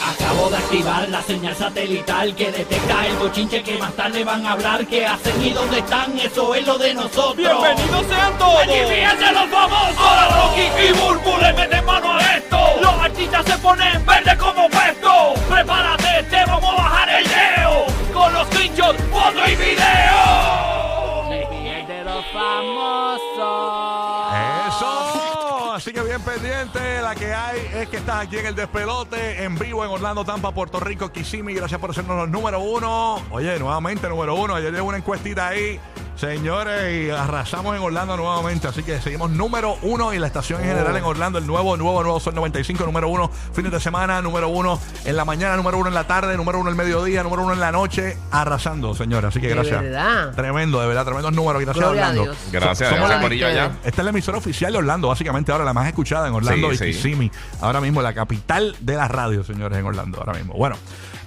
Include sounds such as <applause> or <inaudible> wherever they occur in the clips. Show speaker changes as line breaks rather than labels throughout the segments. Acabo de activar la señal satelital que detecta el bochinche que más tarde van a hablar. ¿Qué hacen y dónde están? Eso es lo de nosotros.
¡Bienvenidos sean todos!
¡Aquí fíjense los famosos!
Ahora Rocky y Burbu le meten mano a esto. Los artistas se ponen verde como pesto. Prepárate, te vamos a bajar el leo. Con los pinchos, foto y video.
de los famosos.
Eso. <laughs> Así que bien pendiente, la que hay es que estás aquí en el despelote, en vivo en Orlando, Tampa, Puerto Rico, Kissimmee. Gracias por hacernos los número uno. Oye, nuevamente número uno. Ayer llevo una encuestita ahí, señores, y arrasamos en Orlando nuevamente. Así que seguimos número uno en la estación en general en Orlando. El nuevo, nuevo, nuevo Sol 95, número uno, fines de semana, número uno en la mañana, número uno en la tarde, número uno en el mediodía, número uno en la noche. Arrasando, señores. Así que
De
gracias.
verdad.
Tremendo, de verdad, tremendos números. Gracias,
Gloria a
Orlando.
Dios.
Gracias,
Somos
gracias
la-
Corillo allá.
esta es la emisora oficial de Orlando, básicamente ahora la más escuchada en Orlando
Sí,
y
sí.
Kissimmee. Ahora mismo la capital de las radios, señores, en Orlando, ahora mismo. Bueno,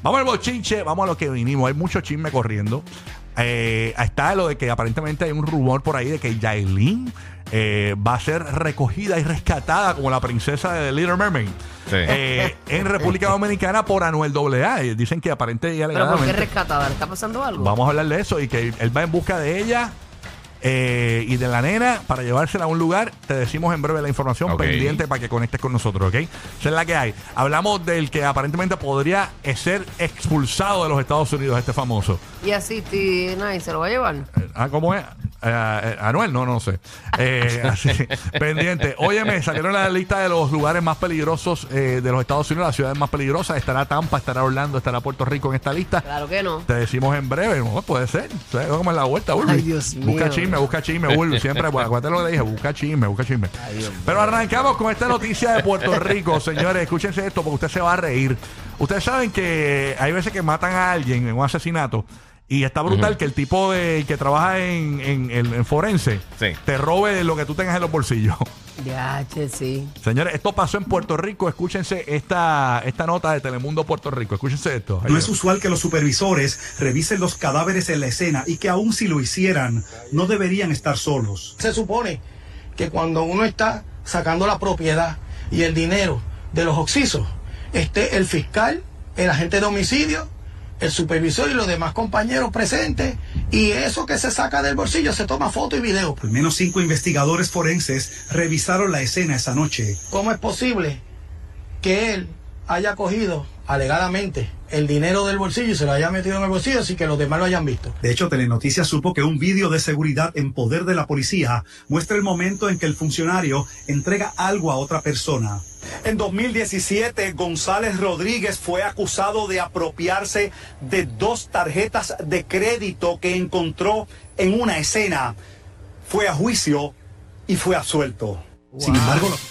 vamos al bochinche, vamos a lo que vinimos. Hay mucho chisme corriendo. Eh, está lo de que aparentemente hay un rumor por ahí de que Yailin eh, va a ser recogida y rescatada como la princesa de The Little Mermaid
Sí.
eh, en
<laughs>
República Dominicana por Anuel AA. Eh, Dicen que aparentemente y
Pero ¿por qué
alegadamente-
rescatada? ¿Le está pasando algo?
Vamos a hablar de eso y que él va en busca de ella eh, y de la nena para llevársela a un lugar. Te decimos en breve la información
Ok.
pendiente para que conectes con nosotros, ¿ok? Esa es la que hay. Hablamos del que aparentemente podría eh, ser expulsado de los Estados Unidos, este famoso.
Y así, ti- nadie se lo va a llevar.
Eh, Ah, ¿cómo es? Eh, eh, Anuel, no, no sé. Eh, <laughs> así, pendiente. Óyeme, salieron la lista de los lugares más peligrosos eh, de los Estados Unidos, las ciudades más peligrosas. Estará Tampa, estará Orlando, estará Puerto Rico en esta lista.
Claro que no.
Te decimos en breve, no, puede ser. ¿Sabes cómo es la vuelta, Ulvi?
Ay, Dios mío.
Busca chisme, busca chisme, Ulvi. Siempre, bueno, acuérdate lo que le dije, busca chisme, busca chisme. Pero arrancamos con esta noticia de Puerto
<laughs>
Rico, señores. Escúchense esto porque usted se va a reír. Ustedes saben que hay veces que matan a alguien en un asesinato. Y está brutal que el tipo de, que trabaja en, en- en- en forense
Sí.
te robe lo que tú tengas en los bolsillos. <laughs>
Ya, che, sí.
Señores, esto pasó en Puerto Rico. Escúchense esta, esta nota de Telemundo Puerto Rico. Escúchense esto.
No es usual que los supervisores revisen los cadáveres en la escena y que aun si lo hicieran, no deberían estar solos.
Se supone que cuando uno está sacando la propiedad y el dinero de los oxisos, esté el fiscal, el agente de homicidio, el supervisor y los demás compañeros presentes, y eso que se saca del bolsillo se toma foto y video.
Al menos cinco investigadores forenses revisaron la escena esa noche.
¿Cómo es posible que él haya cogido alegadamente el dinero del bolsillo y se lo haya metido en el bolsillo sin que los demás lo hayan visto?
De hecho, Telenoticias supo que un vídeo de seguridad en poder de la policía muestra el momento en que el funcionario entrega algo a otra persona. En 2017, González Rodríguez fue acusado de apropiarse de dos tarjetas de crédito que encontró en una escena. Fue a juicio y fue absuelto. Sin embargo, los-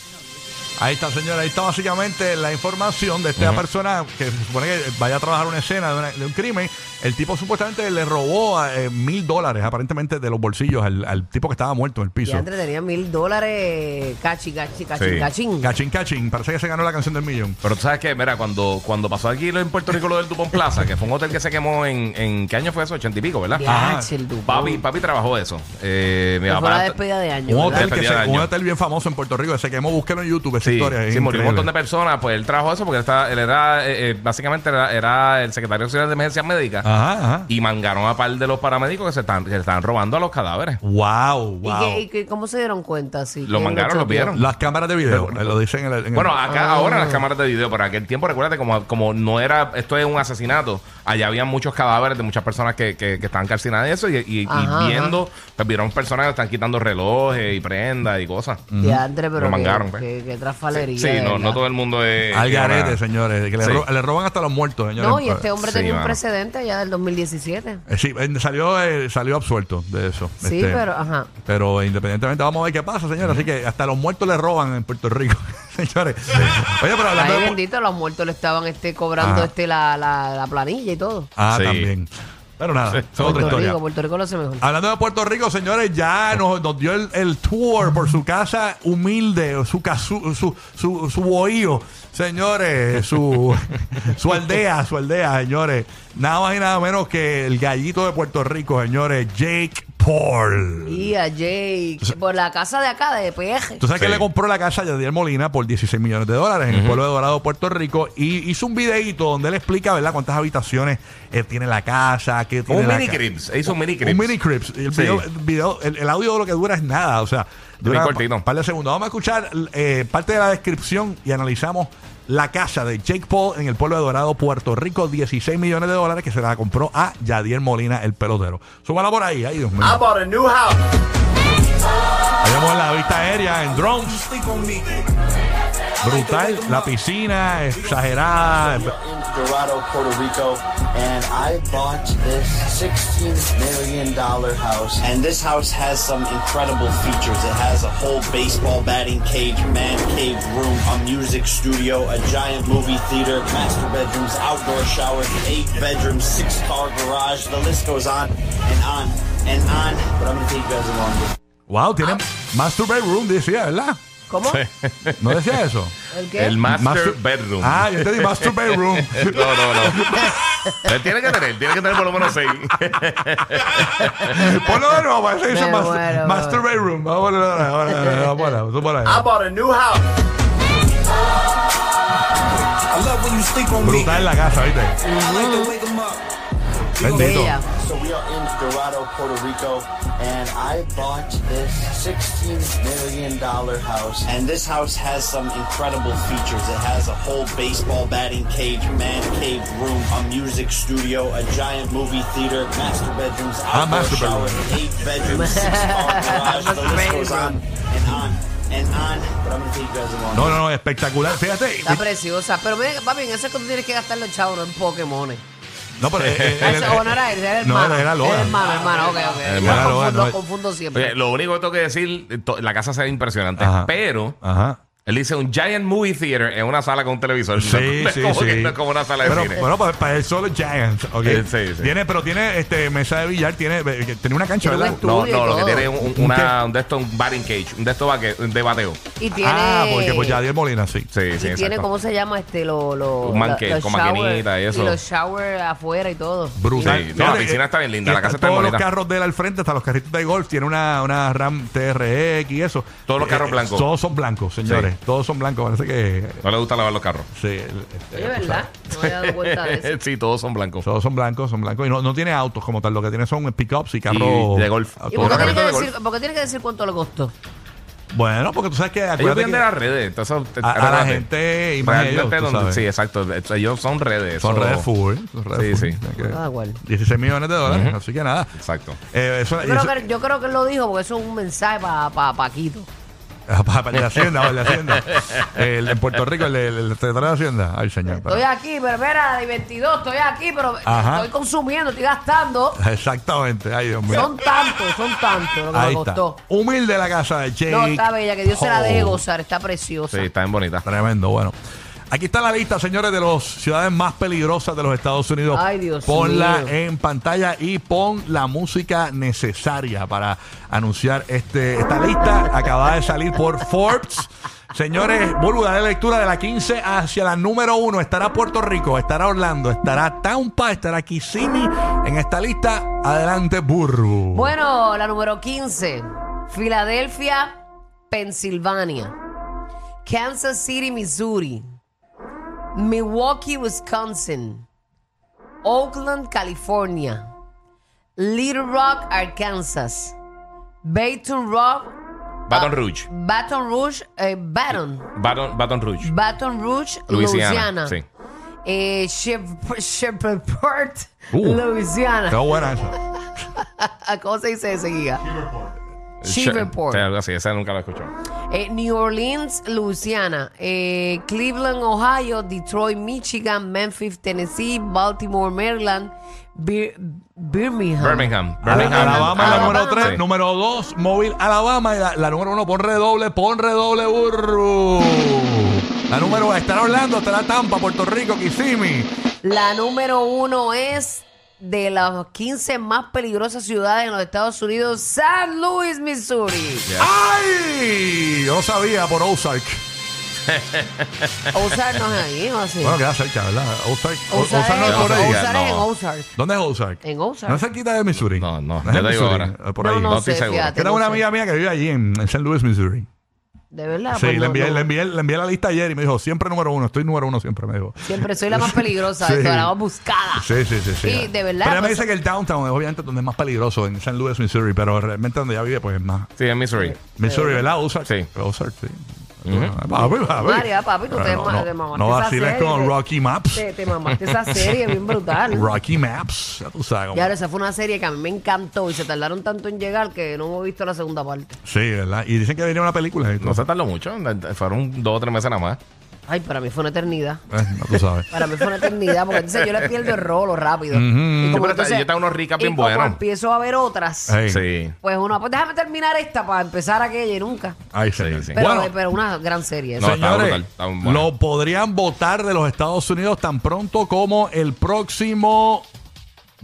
Ahí está, señora. Ahí está básicamente la información de esta persona que se supone que vaya a trabajar una escena de, una- de un crimen. El tipo supuestamente le robó eh, mil dólares, aparentemente, de los bolsillos al, al tipo que estaba muerto en el
Ya
piso.
antes tenía mil dólares cachi, cachi, cachi,
Sí.
cachín.
Cachín, cachín. Parece que se ganó la canción del millón.
Pero tú sabes que, mira, cuando, cuando pasó aquí lo- en Puerto Rico lo del Dupont Plaza, que fue un hotel que se quemó en, en ¿qué año fue eso? Ochenta y pico, ¿verdad?
Ya, che, el Dupont.
Papi, papi trabajó eso. Eh, mi
Esa fue
papá-
la despedida de año.
Un
¿verdad?
hotel, que
Despedida de
se- un
año.
hotel bien famoso en Puerto Rico. que Se quemó, búsquelo en YouTube. Esa
Sí,
historia es
sí, murió un
increíble.
montón de personas, pues él trabajó eso porque él, estaba- él era, eh, eh, básicamente era, era el secretario auxiliar de emergencias médicas
Ajá, ajá.
y mangaron a par de los paramédicos que se están, que se están robando a los cadáveres.
Wow,
¿Y,
wow.
qué- y qué- cómo se dieron cuenta? Sí,
Lo mangaron, lo vieron.
Las cámaras de video. eh, lo dicen en el. en el-
Bueno, acá
Ah.
ahora las cámaras de video, pero aquel tiempo, recuérdate, como, como no era, esto es un asesinato, allá había muchos cadáveres de muchas personas que, que, que estaban calcinadas y eso, y, y- y
Ajá,
viendo, pues vieron personas que están quitando relojes y prendas y cosas.
Ya, André, pero
Lo mangaron,
qué,
pues.
qué- qué trasfalería.
Sí,
de
no,
verdad.
no todo el mundo es...
Al
es una-
garete, señores. Que le,
Sí.
ro- le roban hasta los muertos, señores.
No, y este hombre
Sí,
tenía un
mano.
precedente ya del 2017.
Eh, Sí, eh, salió, eh, salió absuelto de eso. este,
Sí, pero, ajá.
Pero eh, independientemente, vamos a ver qué pasa, señores. Así que hasta los muertos le roban en Puerto Rico, <laughs> señores. Oye, pero hablando
Ay,
de mu-
bendito, los muertos le estaban este, cobrando
Ajá.
este la, la, la planilla y todo.
Ah,
Sí.
también. Pero nada,
Sí,
otra
Puerto
historia.
Rico, pues. Puerto Rico lo hace mejor.
Hablando de Puerto Rico, señores, ya nos, nos dio el, el tour por su casa humilde, su casu- su, su, su bohío,
<laughs>
señores, su, su aldea, su aldea, señores. Nada más y nada menos que el gallito de Puerto Rico, señores, Jake Paul.
Y a Jay, por la casa de acá, de Peje.
Tú sabes que
Sí.
le compró la casa a Yadier Molina por 16 millones de dólares en el pueblo de Dorado, Puerto Rico, y hizo un videíto donde él explica, ¿verdad?, cuántas habitaciones eh, tiene la casa, qué tiene
Un
la
mini
ca-
crips. Hizo un mini crips.
Un mini crips. El,
Sí.
video- el, video- el- el audio lo que dura es nada, o sea, dura
Bien
un
cortito.
pa- par de segundos. Vamos a escuchar eh, parte de la descripción y analizamos la casa de Jake Paul en el pueblo de Dorado, Puerto Rico, 16 millones de dólares que se la compró a Yadier Molina, el pelotero. Súbala por ahí, ay Dios mío. Ahí vemos la vista aérea en drones. Brutal, la piscina, exagerada.
Dorado, Puerto Rico, and I bought this $16 million house. And this house has some incredible features. It has a whole baseball batting cage, man cave room, a music studio, a giant movie theater, master bedrooms, outdoor showers, eight bedrooms, six car garage. The list goes on and on and on. But I'm going to take you guys along with
Wow, tiene master bedroom, decía, ¿verdad?
¿Cómo?
¿No decía eso?
¿El qué?
El <laughs> master,
Master-
bedroom.
Ah, yo entendí master bedroom.
No, no,
<laughs>
no. Él tiene que tener, tiene que tener por lo menos seis.
Ponlo de nuevo, parece que dice
Me
master,
muero,
master bedroom. Vamos a ponerlo ahora, ahora, ahora, ahora, súbala ahí.
Ah, pues,
Brutal la casa, ¿viste? Bendito.
Bella.
So we are in Dorado, Puerto Rico, and I bought this $16 million house. And this house has some incredible features. It has a whole baseball batting cage, man cave room, a music studio, a giant movie theater, master bedrooms,
Ah,
outdoor
master bedroom.
showers, eight bedrooms, six car garage. The list goes on and on and on. But I'm going to take you guys along.
No, no, no, espectacular. Fíjate.
Está preciosa. Pero mira, papi, en eso es que tú tienes que gastar los chavos, no en Pokémones.
No, pero. eh, eh,
Ah, eso-
eh,
o no era él, era el
no,
hermano.
era Logan.
Era el hermano, hermano, ok, ok.
Era
Yo
Logan,
confundo,
no, eh.
confundo siempre.
Oye, lo único que tengo que decir, eh, to- la casa se ve impresionante,
Ajá.
pero
Ajá.
él dice un giant movie theater en una sala con un televisor. No
Sí,
<laughs> es
sí,
como que
sí.
no es como una sala de
Pero,
cine.
Bueno, pues, para, para el solo Giants, ¿ok?
Eh, sí, sí.
Tiene, pero tiene este, mesa de billar, tiene, eh, que tiene una cancha,
Tiene un
¿verdad?
estudio.
no, no, lo que
todo.
tiene es un,
¿Un
una, un de estos, un batting cage, un de estos baque- de bateo.
Y tiene.
Ah, porque pues Yadier Molina, sí.
Sí, sí,
y tiene,
exacto.
¿cómo se llama? Este, lo, lo,
Un man
la-
que-
los
con
shower-
maquinita y eso.
los shower afuera y todo.
Brutal.
Sí, no,
Fíjate,
la piscina
eh,
está bien linda, la
están
casa está
Todos
bonita.
los carros de él al frente, hasta los carritos de golf, tiene una, una Ram TRX y eso. Eh,
Todos los carros blancos.
Todos son blancos, señores. Todos son blancos. Parece que.
No le gusta lavar los
<laughs>
carros.
Sí, el- este,
Oye,
tú
¿verdad?
sabes.
No me había dado
<laughs>
cuenta de eso.
sí, todos son blancos.
Todos son blancos, son blancos. Y no, no tiene autos como tal. Lo que tiene son pickups y carros.
Y de golf.
Ah,
¿Y
todos
por
Todo
qué, tiene que
carrito de
decir, por qué tiene que decir cuánto le costó?
Bueno, porque tú sabes que.
Ellos
acuérdate
vienen
que-
de las redes, entonces
a la
acuérdate.
gente y más
Realmente
ellos, tú
donde-
sabes.
sí, exacto. Esto- Ellos son redes.
Son
so-
redes full. ¿eh? Son redes
Sí,
full.
sí.
Que-
Ah, igual.
16 millones de dólares, así que nada.
Exacto.
Eh, eso,
Yo creo,
eso- <laughs>
que, yo creo que él lo dijo porque eso es un mensaje para pa, Paquito.
Ah, Para, para el de Hacienda, para el de Hacienda. El de Puerto Rico, el, el, el secretario de Hacienda. Ay, señor. para-
Estoy aquí, pero mira, de 22, estoy aquí, pero
Ajá.
estoy consumiendo, estoy gastando.
Exactamente. Ay, Dios mío.
Son tantos, son tantos lo que
Ahí
me
está.
costó.
Humilde la casa de Jake.
No, está bella, que Dios se la deje
Oh,
gozar, está preciosa.
Sí, está bien bonita.
Tremendo, bueno. Aquí está la lista, señores, de las ciudades más peligrosas de los Estados Unidos.
Ay, Dios
Ponla
mío.
en pantalla y pon la música necesaria para anunciar este, esta lista. Acaba de salir por Forbes. Señores, vuelvo a dar lectura de la 15 hacia la número 1. Estará Puerto Rico, estará Orlando, estará Tampa, estará Kissimmee en esta lista. Adelante, burro.
Bueno, la número 15, Filadelfia, Pensilvania, Kansas City, Missouri, Milwaukee, Wisconsin, Oakland, California, Little Rock, Arkansas, Baton Rouge,
Baton Rouge.
Baton Rouge, eh, Baton,
Baton, Baton Rouge.
Baton Rouge,
Luisiana.
Louisiana,
Sí.
eh, Shep- Shepherdport,
Uh.
Louisiana. Ah,
Está buena esa.
¿Cómo se dice ese guía?
Sí,
Shreveport.
algo así, esa nunca la escuchó.
Eh, New Orleans, Louisiana, eh, Cleveland, Ohio, Detroit, Michigan, Memphis, Tennessee, Baltimore, Maryland, Bir- Birmingham.
Birmingham. Birmingham.
Alabama, es la número
Alabama.
3,
Sí.
número 2, móvil Alabama, y la, la número 1, pon redoble, pon redoble, burro. La número 1, estará Orlando, estará Tampa, Puerto Rico, Kissimmee.
La número uno es de las 15 más peligrosas ciudades en los Estados Unidos, San Luis, Missouri.
¡Ay! Yo lo sabía por Ozark.
Ozark no es ahí, o así.
Bueno, queda cerca, ¿verdad? Ozark, O-
Ozark
Ozark no es
es-
por ahí.
Ozark es en
No.
Ozark.
¿Dónde es Ozark?
En Ozark.
No es cerquita de Missouri.
No, no,
no es
yo
en
te digo
Missouri,
ahora.
eh, por
No,
ahí.
no
estoy
sé,
seguro.
fíjate.
Era
no
una
sé.
amiga mía que vive allí en, en St. Louis, Missouri.
De verdad.
Sí,
pues
le
no,
envié,
no.
le, envié, le envié la lista ayer y me dijo, siempre número uno, estoy número uno siempre, me dijo.
Siempre soy la más peligrosa
Sí.
de toda la más buscada.
Sí, sí, sí, sí.
Y de verdad.
Pero ella me
pues,
dice que el downtown es obviamente donde es más peligroso, en St. Louis, Missouri, pero realmente donde ella vive, pues es más.
Sí, en Missouri.
Missouri, ¿verdad? Ozark.
Sí.
Ozark, sí. Papi, papi.
María, papi, tú
Pero
te
no,
ma-
no,
te mamaste
No
esa
vaciles
serie,
con
te-
Rocky Maps.
Te, te mamaste esa serie
<laughs>
bien brutal.
Rocky Maps. Ya tú sabes
Y
cómo.
ahora esa fue una serie que a mí me encantó y se tardaron tanto en llegar que no hemos visto la segunda parte.
Sí, ¿verdad? Y dicen que venía una película. y todo.
No se tardó mucho, fueron dos o tres meses nada más.
Ay, para mí fue una eternidad.
Eh, no, tú sabes.
Para mí fue una eternidad, porque entonces yo le pierdo el rolo rápido.
Sí, pero está- yo tengo unos recaps
y
bien
como
buenos.
empiezo a ver otras,
Ey.
Sí.
pues uno, pues déjame terminar esta para empezar aquella y nunca.
Ay,
Sí,
señor.
sí.
Pero,
Bueno,
eh, pero una gran serie.
No,
esa.
está
señores,
brutal, está muy bueno.
lo podrían votar de los Estados Unidos tan pronto como el próximo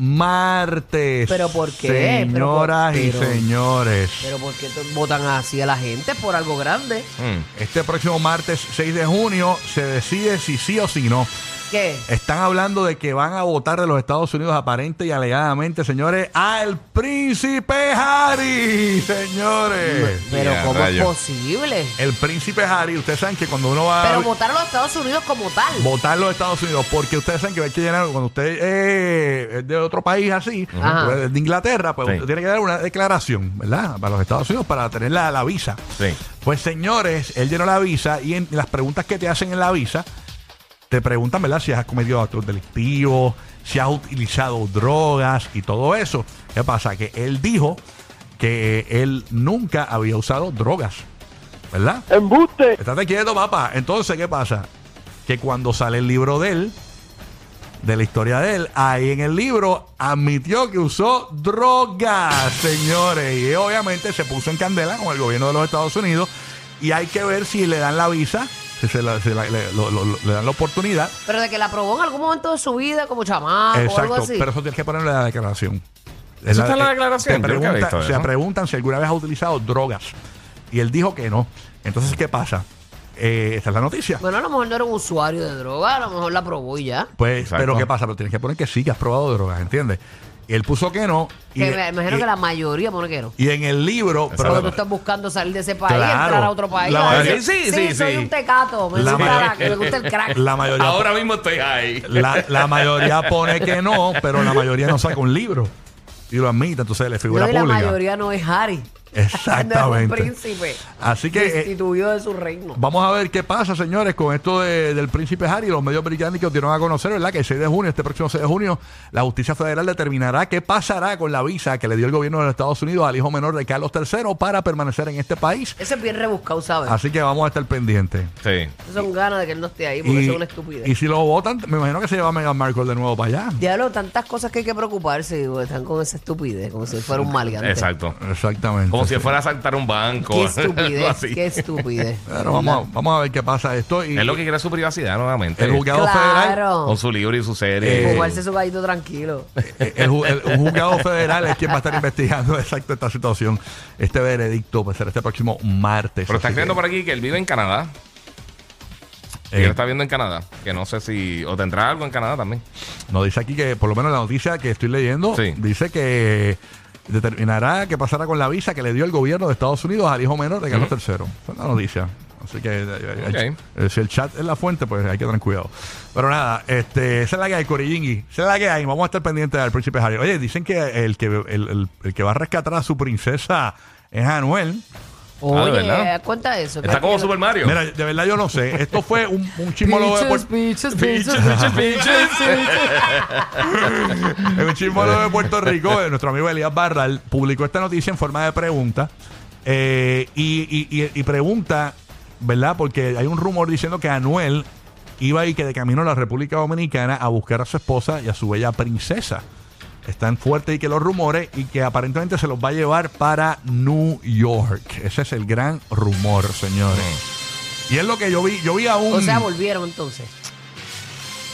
martes.
¿Pero por qué?
Señoras
Pero-
y
pero-
señores.
Pero ¿por qué te- votan así a la gente por algo grande?
Mm.
Este próximo martes 6 de junio se decide si sí o si no.
¿Qué?
Están hablando de que van a votar de los Estados Unidos aparente y alegadamente, señores, al príncipe Harry, señores.
Pero
Ya,
¿cómo
rayo.
es posible?
El príncipe Harry, ustedes saben que cuando uno va
Pero
a
votaron a los Estados Unidos como tal.
votar en los Estados Unidos, porque ustedes saben que hay que llenar, cuando usted eh, es de otro país así,
Ajá.
pues, de Inglaterra, pues
Sí.
usted tiene que dar una declaración, ¿verdad? Para los Estados Unidos, para tener la, la visa.
Sí.
Pues señores, él llenó la visa y en las preguntas que te hacen en la visa, te preguntan, ¿verdad? Si has cometido actos delictivos, si has utilizado drogas y todo eso. ¿Qué pasa? Que él dijo que él nunca había usado drogas, ¿verdad? ¡Embuste! Estate quieto, papá. Entonces, ¿qué pasa? Que cuando sale el libro de él, de la historia de él, ahí en el libro admitió que usó drogas, señores. Y obviamente se puso en candela con el gobierno de los Estados Unidos. Y hay que ver si le dan la visa, si se la- se la- le, lo- lo- lo- le dan la oportunidad.
Pero de que la aprobó en algún momento de su vida como chamaco Ah, o algo
Exacto,
así.
pero eso tienes que ponerle la declaración.
Eso está en la
eh,
declaración,
te
yo nunca he
pregunta-
visto
se
eso.
preguntan si alguna vez ha utilizado drogas. Y él dijo que no. Entonces, ¿qué pasa? Eh, esta es la noticia.
Bueno, a lo mejor no era un usuario de droga, a lo mejor la aprobó y ya.
Pues,
Exacto.
pero ¿qué pasa? Pero tienes que poner que sí, que has probado drogas, ¿entiendes? Y él puso que no. Y,
que me imagino
y-
que la mayoría, bueno, que no.
y en el libro, pero
Cuando
la-
tú estás buscando salir de ese país,
Claro.
entrar a otro país.
La
vas a
mayoría-
decir,
sí, sí,
soy
sí.
un tecato, me
La
gusta
mayoría-
la- me gusta el crack.
la mayoría
Ahora mismo estoy ahí.
la, la mayoría pone que no, pero la mayoría no saca un libro y lo admite, entonces le figura
No, y la
pública.
mayoría no es Harry. <laughs> No es un
Exactamente.
príncipe.
Así que, eh,
Destituido de su reino.
Vamos a ver qué pasa, señores, con esto de- del príncipe Harry. Los medios británicos dieron a conocer, ¿verdad?, que el 6 de junio, este próximo 6 de junio, la justicia federal determinará qué pasará con la visa que le dio el gobierno de los Estados Unidos al hijo menor de Carlos III para permanecer en este país.
Ese es bien rebuscado, ¿sabes?
Así que vamos a estar pendientes.
Sí.
Son ganas de que él no esté ahí, porque eso es una
y
estupidez.
si lo votan, me imagino que se lleva a Meghan Markle de nuevo para allá.
Diablo, tantas cosas que hay que preocuparse, digo, están con esa estupidez, como si fuera un malgante.
Exacto.
Exactamente.
Como si fuera a saltar un banco.
Qué
<laughs> algo
estupidez,
así.
qué estupidez.
<laughs> Pero vamos, a- vamos a ver qué pasa esto. Y
Es lo que quiere su privacidad nuevamente.
el juzgado federal.
Claro.
Con su libro y su
Eh,
serie.
Fumarse su gallito tranquilo.
Eh, el, ju- el- un juzgado federal es quien va a estar investigando <laughs> exacto esta situación. Este veredicto pues, será este próximo martes.
Pero está
Así que,
escribiendo por aquí que él vive en Canadá. Que
eh,
él está viendo en Canadá. Que no sé si. O tendrá algo en Canadá también.
Nos dice aquí que, por lo menos la noticia que estoy leyendo,
Sí.
dice que determinará qué pasará con la visa que le dio el gobierno de Estados Unidos al hijo menor de Carlos III. Esa es la noticia. Así que eh, eh, eh, si el chat es la fuente, pues hay que tener cuidado. Pero nada, este, esa es la que hay, Corillingui. Esa es la que hay. Vamos a estar pendientes del príncipe Harry. Oye, dicen que el que, el, el- el que va a rescatar a su princesa es Anuel.
Ah, de
Oye,
verdad.
eh, cuenta eso.
Está como Super Mario.
Mira, de verdad yo no sé. Esto fue un, un chismólogo de
Pichos,
Puerto
pichos, pichos, pichos,
<laughs> un chismólogo de Puerto Rico, eh, nuestro amigo Elías Barral, publicó esta noticia en forma de pregunta. eh, y, y- y- y pregunta, ¿verdad? Porque hay un rumor diciendo que Anuel iba y que de camino a la República Dominicana a buscar a su esposa y a su bella princesa. Están fuertes y que los rumores y que aparentemente se los va a llevar para New York. Ese es el gran rumor, señores. Y es lo que yo vi. Yo vi a un.
O sea, volvieron entonces.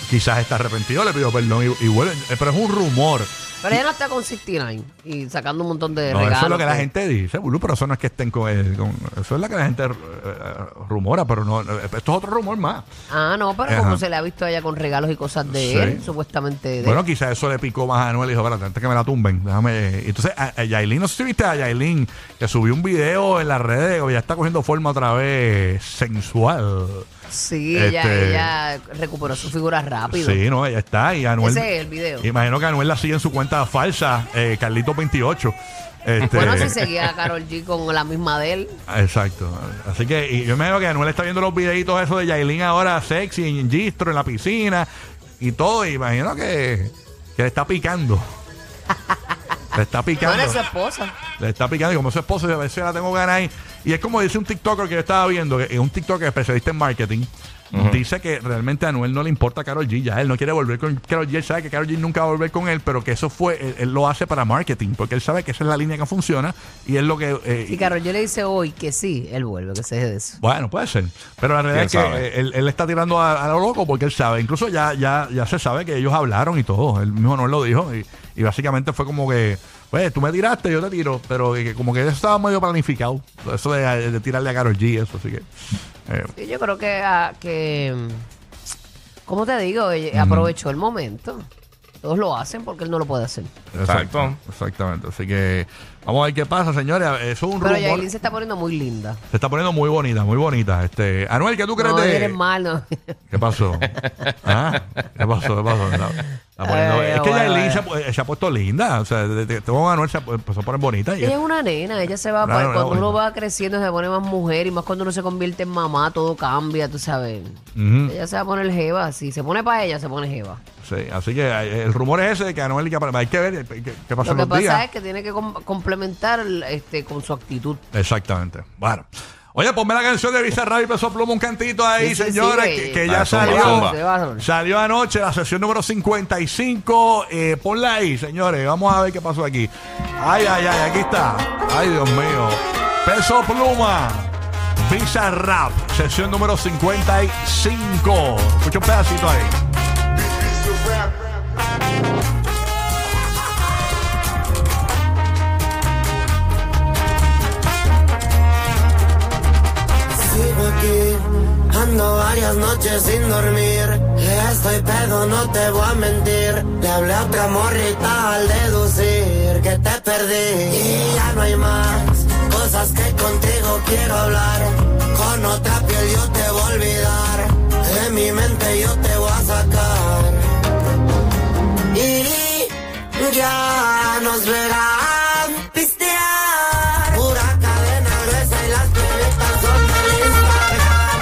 quizás está arrepentido, le pidió perdón y, y vuelve. Eh, Pero es un rumor.
Pero ella no está con 69 y sacando un montón de
No,
pues. regalos.
eso es lo que la gente dice, Bulú, pero eso no es que estén con, el- con- Eso es lo que la gente eh, rumora, pero no, no, esto es otro rumor más.
Ah, no, pero
Ajá.
como se le ha visto a ella con regalos y cosas de
Sí.
él, supuestamente de
Bueno, quizás eso le picó más a Anuel y dijo, espérate, antes que me la tumben, déjame. Entonces, a, a Yailin, no sé si viste a Yailin, que subió un video en las redes, ya está cogiendo forma otra vez sensual.
Sí,
Este-
ella, ella recuperó su figura rápido.
Sí, no, ella está. Y Anuel.
Ese es el video.
Imagino que Anuel la sigue en su cuenta falsa, eh, Carlitos28. Este,
Bueno, si seguía a Carol G con la misma de él.
Exacto. Así que y yo me imagino que Anuel está viendo los videitos esos de Yailin ahora sexy en gistro, en la piscina y todo. Y imagino que, que le está picando. le está
No
picando.
era su esposa.
Le está picando y como su esposo, a veces la tengo ganas ahí. Y es como dice un TikToker que yo estaba viendo, que es un TikToker especialista en marketing. Dice que realmente a Anuel no le importa a Carol G. Ya él no quiere volver con Carol G. Él sabe que Carol G nunca va a volver con él, pero que eso fue, él, él lo hace para marketing, porque él sabe que esa es la línea que funciona y es lo que. eh,
Y Carol G le dice hoy que sí, él vuelve, que se deje de eso.
bueno, puede ser. Pero la realidad
¿Quién
es que
sabe?
eh, él, él está tirando a, a lo loco porque él sabe. Incluso ya, ya, ya se sabe que ellos hablaron y todo. Él mismo no lo dijo. Y, y básicamente fue como que, pues, tú me tiraste, yo te tiro. Pero que- que como que eso estaba medio planificado. Eso de, de tirarle a Carol G, eso. Así que. eh,
Y yo creo que, ah, que mm, ¿cómo te digo? Ella Aprovechó el momento. Todos lo hacen porque él no lo puede hacer.
Exacto.
Exactamente. Así que vamos a ver qué pasa, señores. Eso es un
Pero
rumor.
Yailin se está poniendo muy linda.
Se está poniendo muy bonita, muy bonita. Este, Anuel, ¿qué tú crees
No,
de- <laughs>
eres malo.
¿Qué pasó? ¿Ah? ¿Qué pasó? ¿Qué pasó? La- la poniendo-
Ay,
es que
bueno,
Yailin
bueno.
se, ha pu- se ha puesto linda. O sea, de- de- todo Anuel se ha pu- empezó a poner bonita. Y,
Ella es una nena, ella se va,
Claro,
pa-
una
cuando uno
bonita.
va creciendo se pone más mujer y más cuando uno se convierte en mamá todo cambia, tú sabes.
Ujú.
Ella se va a poner jeva, si se pone para ella se pone jeva.
Sí, así que eh, el rumor es ese de que Anuel y que hay que ver eh, qué, qué pasa
Lo
en
que
los
pasa
días.
es que tiene que com- complementar este, con su actitud.
Exactamente. Bueno. Oye, ponme la canción de Visa y Peso Pluma un cantito ahí,
Sí, sí, sí,
señores,
que-
que, que
Ah,
ya
zumba,
salió.
zumba.
Salió anoche la sesión número 55. Eh, ponla ahí, señores. Vamos a ver qué pasó aquí. Ay, ay, ay, aquí está. Ay, Dios mío. Peso Pluma. Visa Rap, sesión número 55. Escucha un pedacito ahí.
Sigo aquí, ando varias noches sin dormir. Estoy pedo, no te voy a mentir. Le hablé a otra morrita al deducir que te perdí. Y ya no hay más cosas que contigo quiero hablar. Con otra piel yo te voy a olvidar. De mi mente yo te voy a sacar y ya nos verán pistear. Pura cadena gruesa y las pelotas son del Instagram.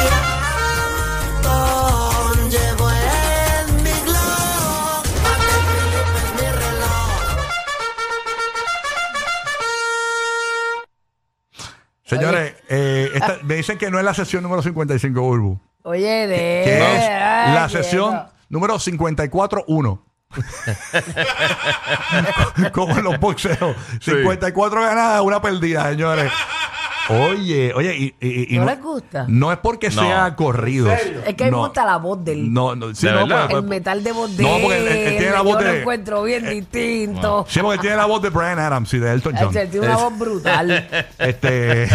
Y montón llevo en mi Glock, Mate Felipe es mi reloj.
Señores, eh, esta-
Ah.
me dicen que no es la sesión número 55, Urbu.
Oye, de...
que es
Eh, Ay,
la
Diego.
sesión número 54-1. <laughs> Como en los boxeos. 54 ganadas, una perdida, señores. Oye, oye, y, y- y-
¿No les gusta?
No es porque
No.
sea corrido.
Es que a mí me gusta la voz del...
No, no, sí,
¿De
no,
verdad?
pues-
el metal de voz de
No, porque él- él tiene
él,
la voz
yo lo
de- Eh,
encuentro bien distinto.
Sí, porque tiene la voz de Brian Adams y de Elton John.
Este, tiene una
Es- <laughs>
voz brutal. <laughs>
este,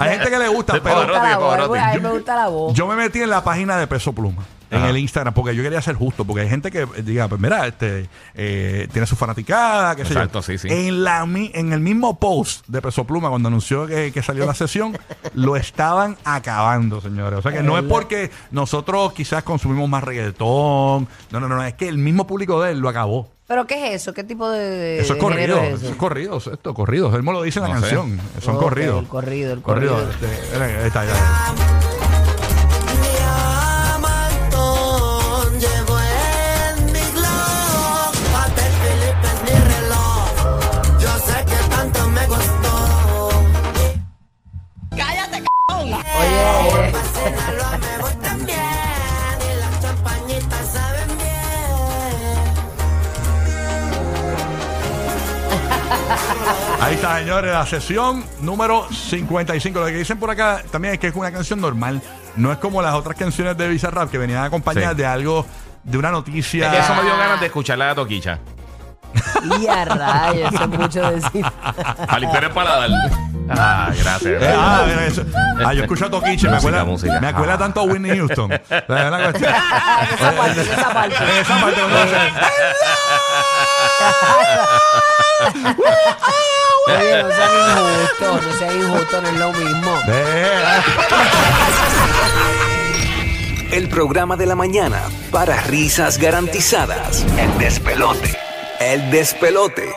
hay gente que le gusta,
De
Me
pero
Pavarotti,
gusta la voz, pues,
Pavarotti.
a mí me gusta la voz.
Yo me metí en la página de Peso Pluma. En
Ajá.
el Instagram, porque yo quería ser justo, porque hay gente que eh, diga, pues mira, este eh, tiene su fanaticada, qué sé yo.
Exacto, sí, sí.
En, la, mi- en el mismo post de Peso Pluma, cuando anunció que, que salió
<laughs>
la sesión, lo estaban acabando, señores. O sea que no
Eh,
es porque nosotros quizás consumimos más reggaetón, no, no, no, es que el mismo público de él lo acabó.
¿Pero qué es eso? ¿Qué tipo de
Eso es
de Eh, género
corrido,
es
eso
eso?
es corrido, esto, corrido. Él me lo dice en la
No sé.
canción, son
Ok,
corridos.
el corrido, el corrido.
este, mira, ahí está, ahí está.
Diamantón llevo en mi Glock, Mate Felipe es mi reloj. Yo sé que tanto me gustó.
Oye,
pues Sinaloa me voy también y las champañitas saben bien.
Ahí está, señores, la sesión número 55. Lo que dicen por acá también es que es una canción normal. No es como las otras canciones de Bizarrap que venían acompañadas
Sí.
de algo de una noticia.
Es que eso me dio ganas de escucharla a Toquicha.
Y a rayos, eso es
<laughs>
mucho decir.
Alicar el paladar. Ah, gracias.
Eh, ah, mira eso. Ah,
este.
yo escucho a Toquiche, me
Música,
acuerda,
música.
Me acuerda
Ah.
tanto a Whitney
<laughs>
Houston. Es una cuestión.
<laughs> esa parte, esa parte.
Esa parte cuando hace-
Oye, no sean injustos, no sean injustos, no es lo mismo.
Eh, ah.
El programa de la mañana para risas garantizadas. El despelote. El despelote.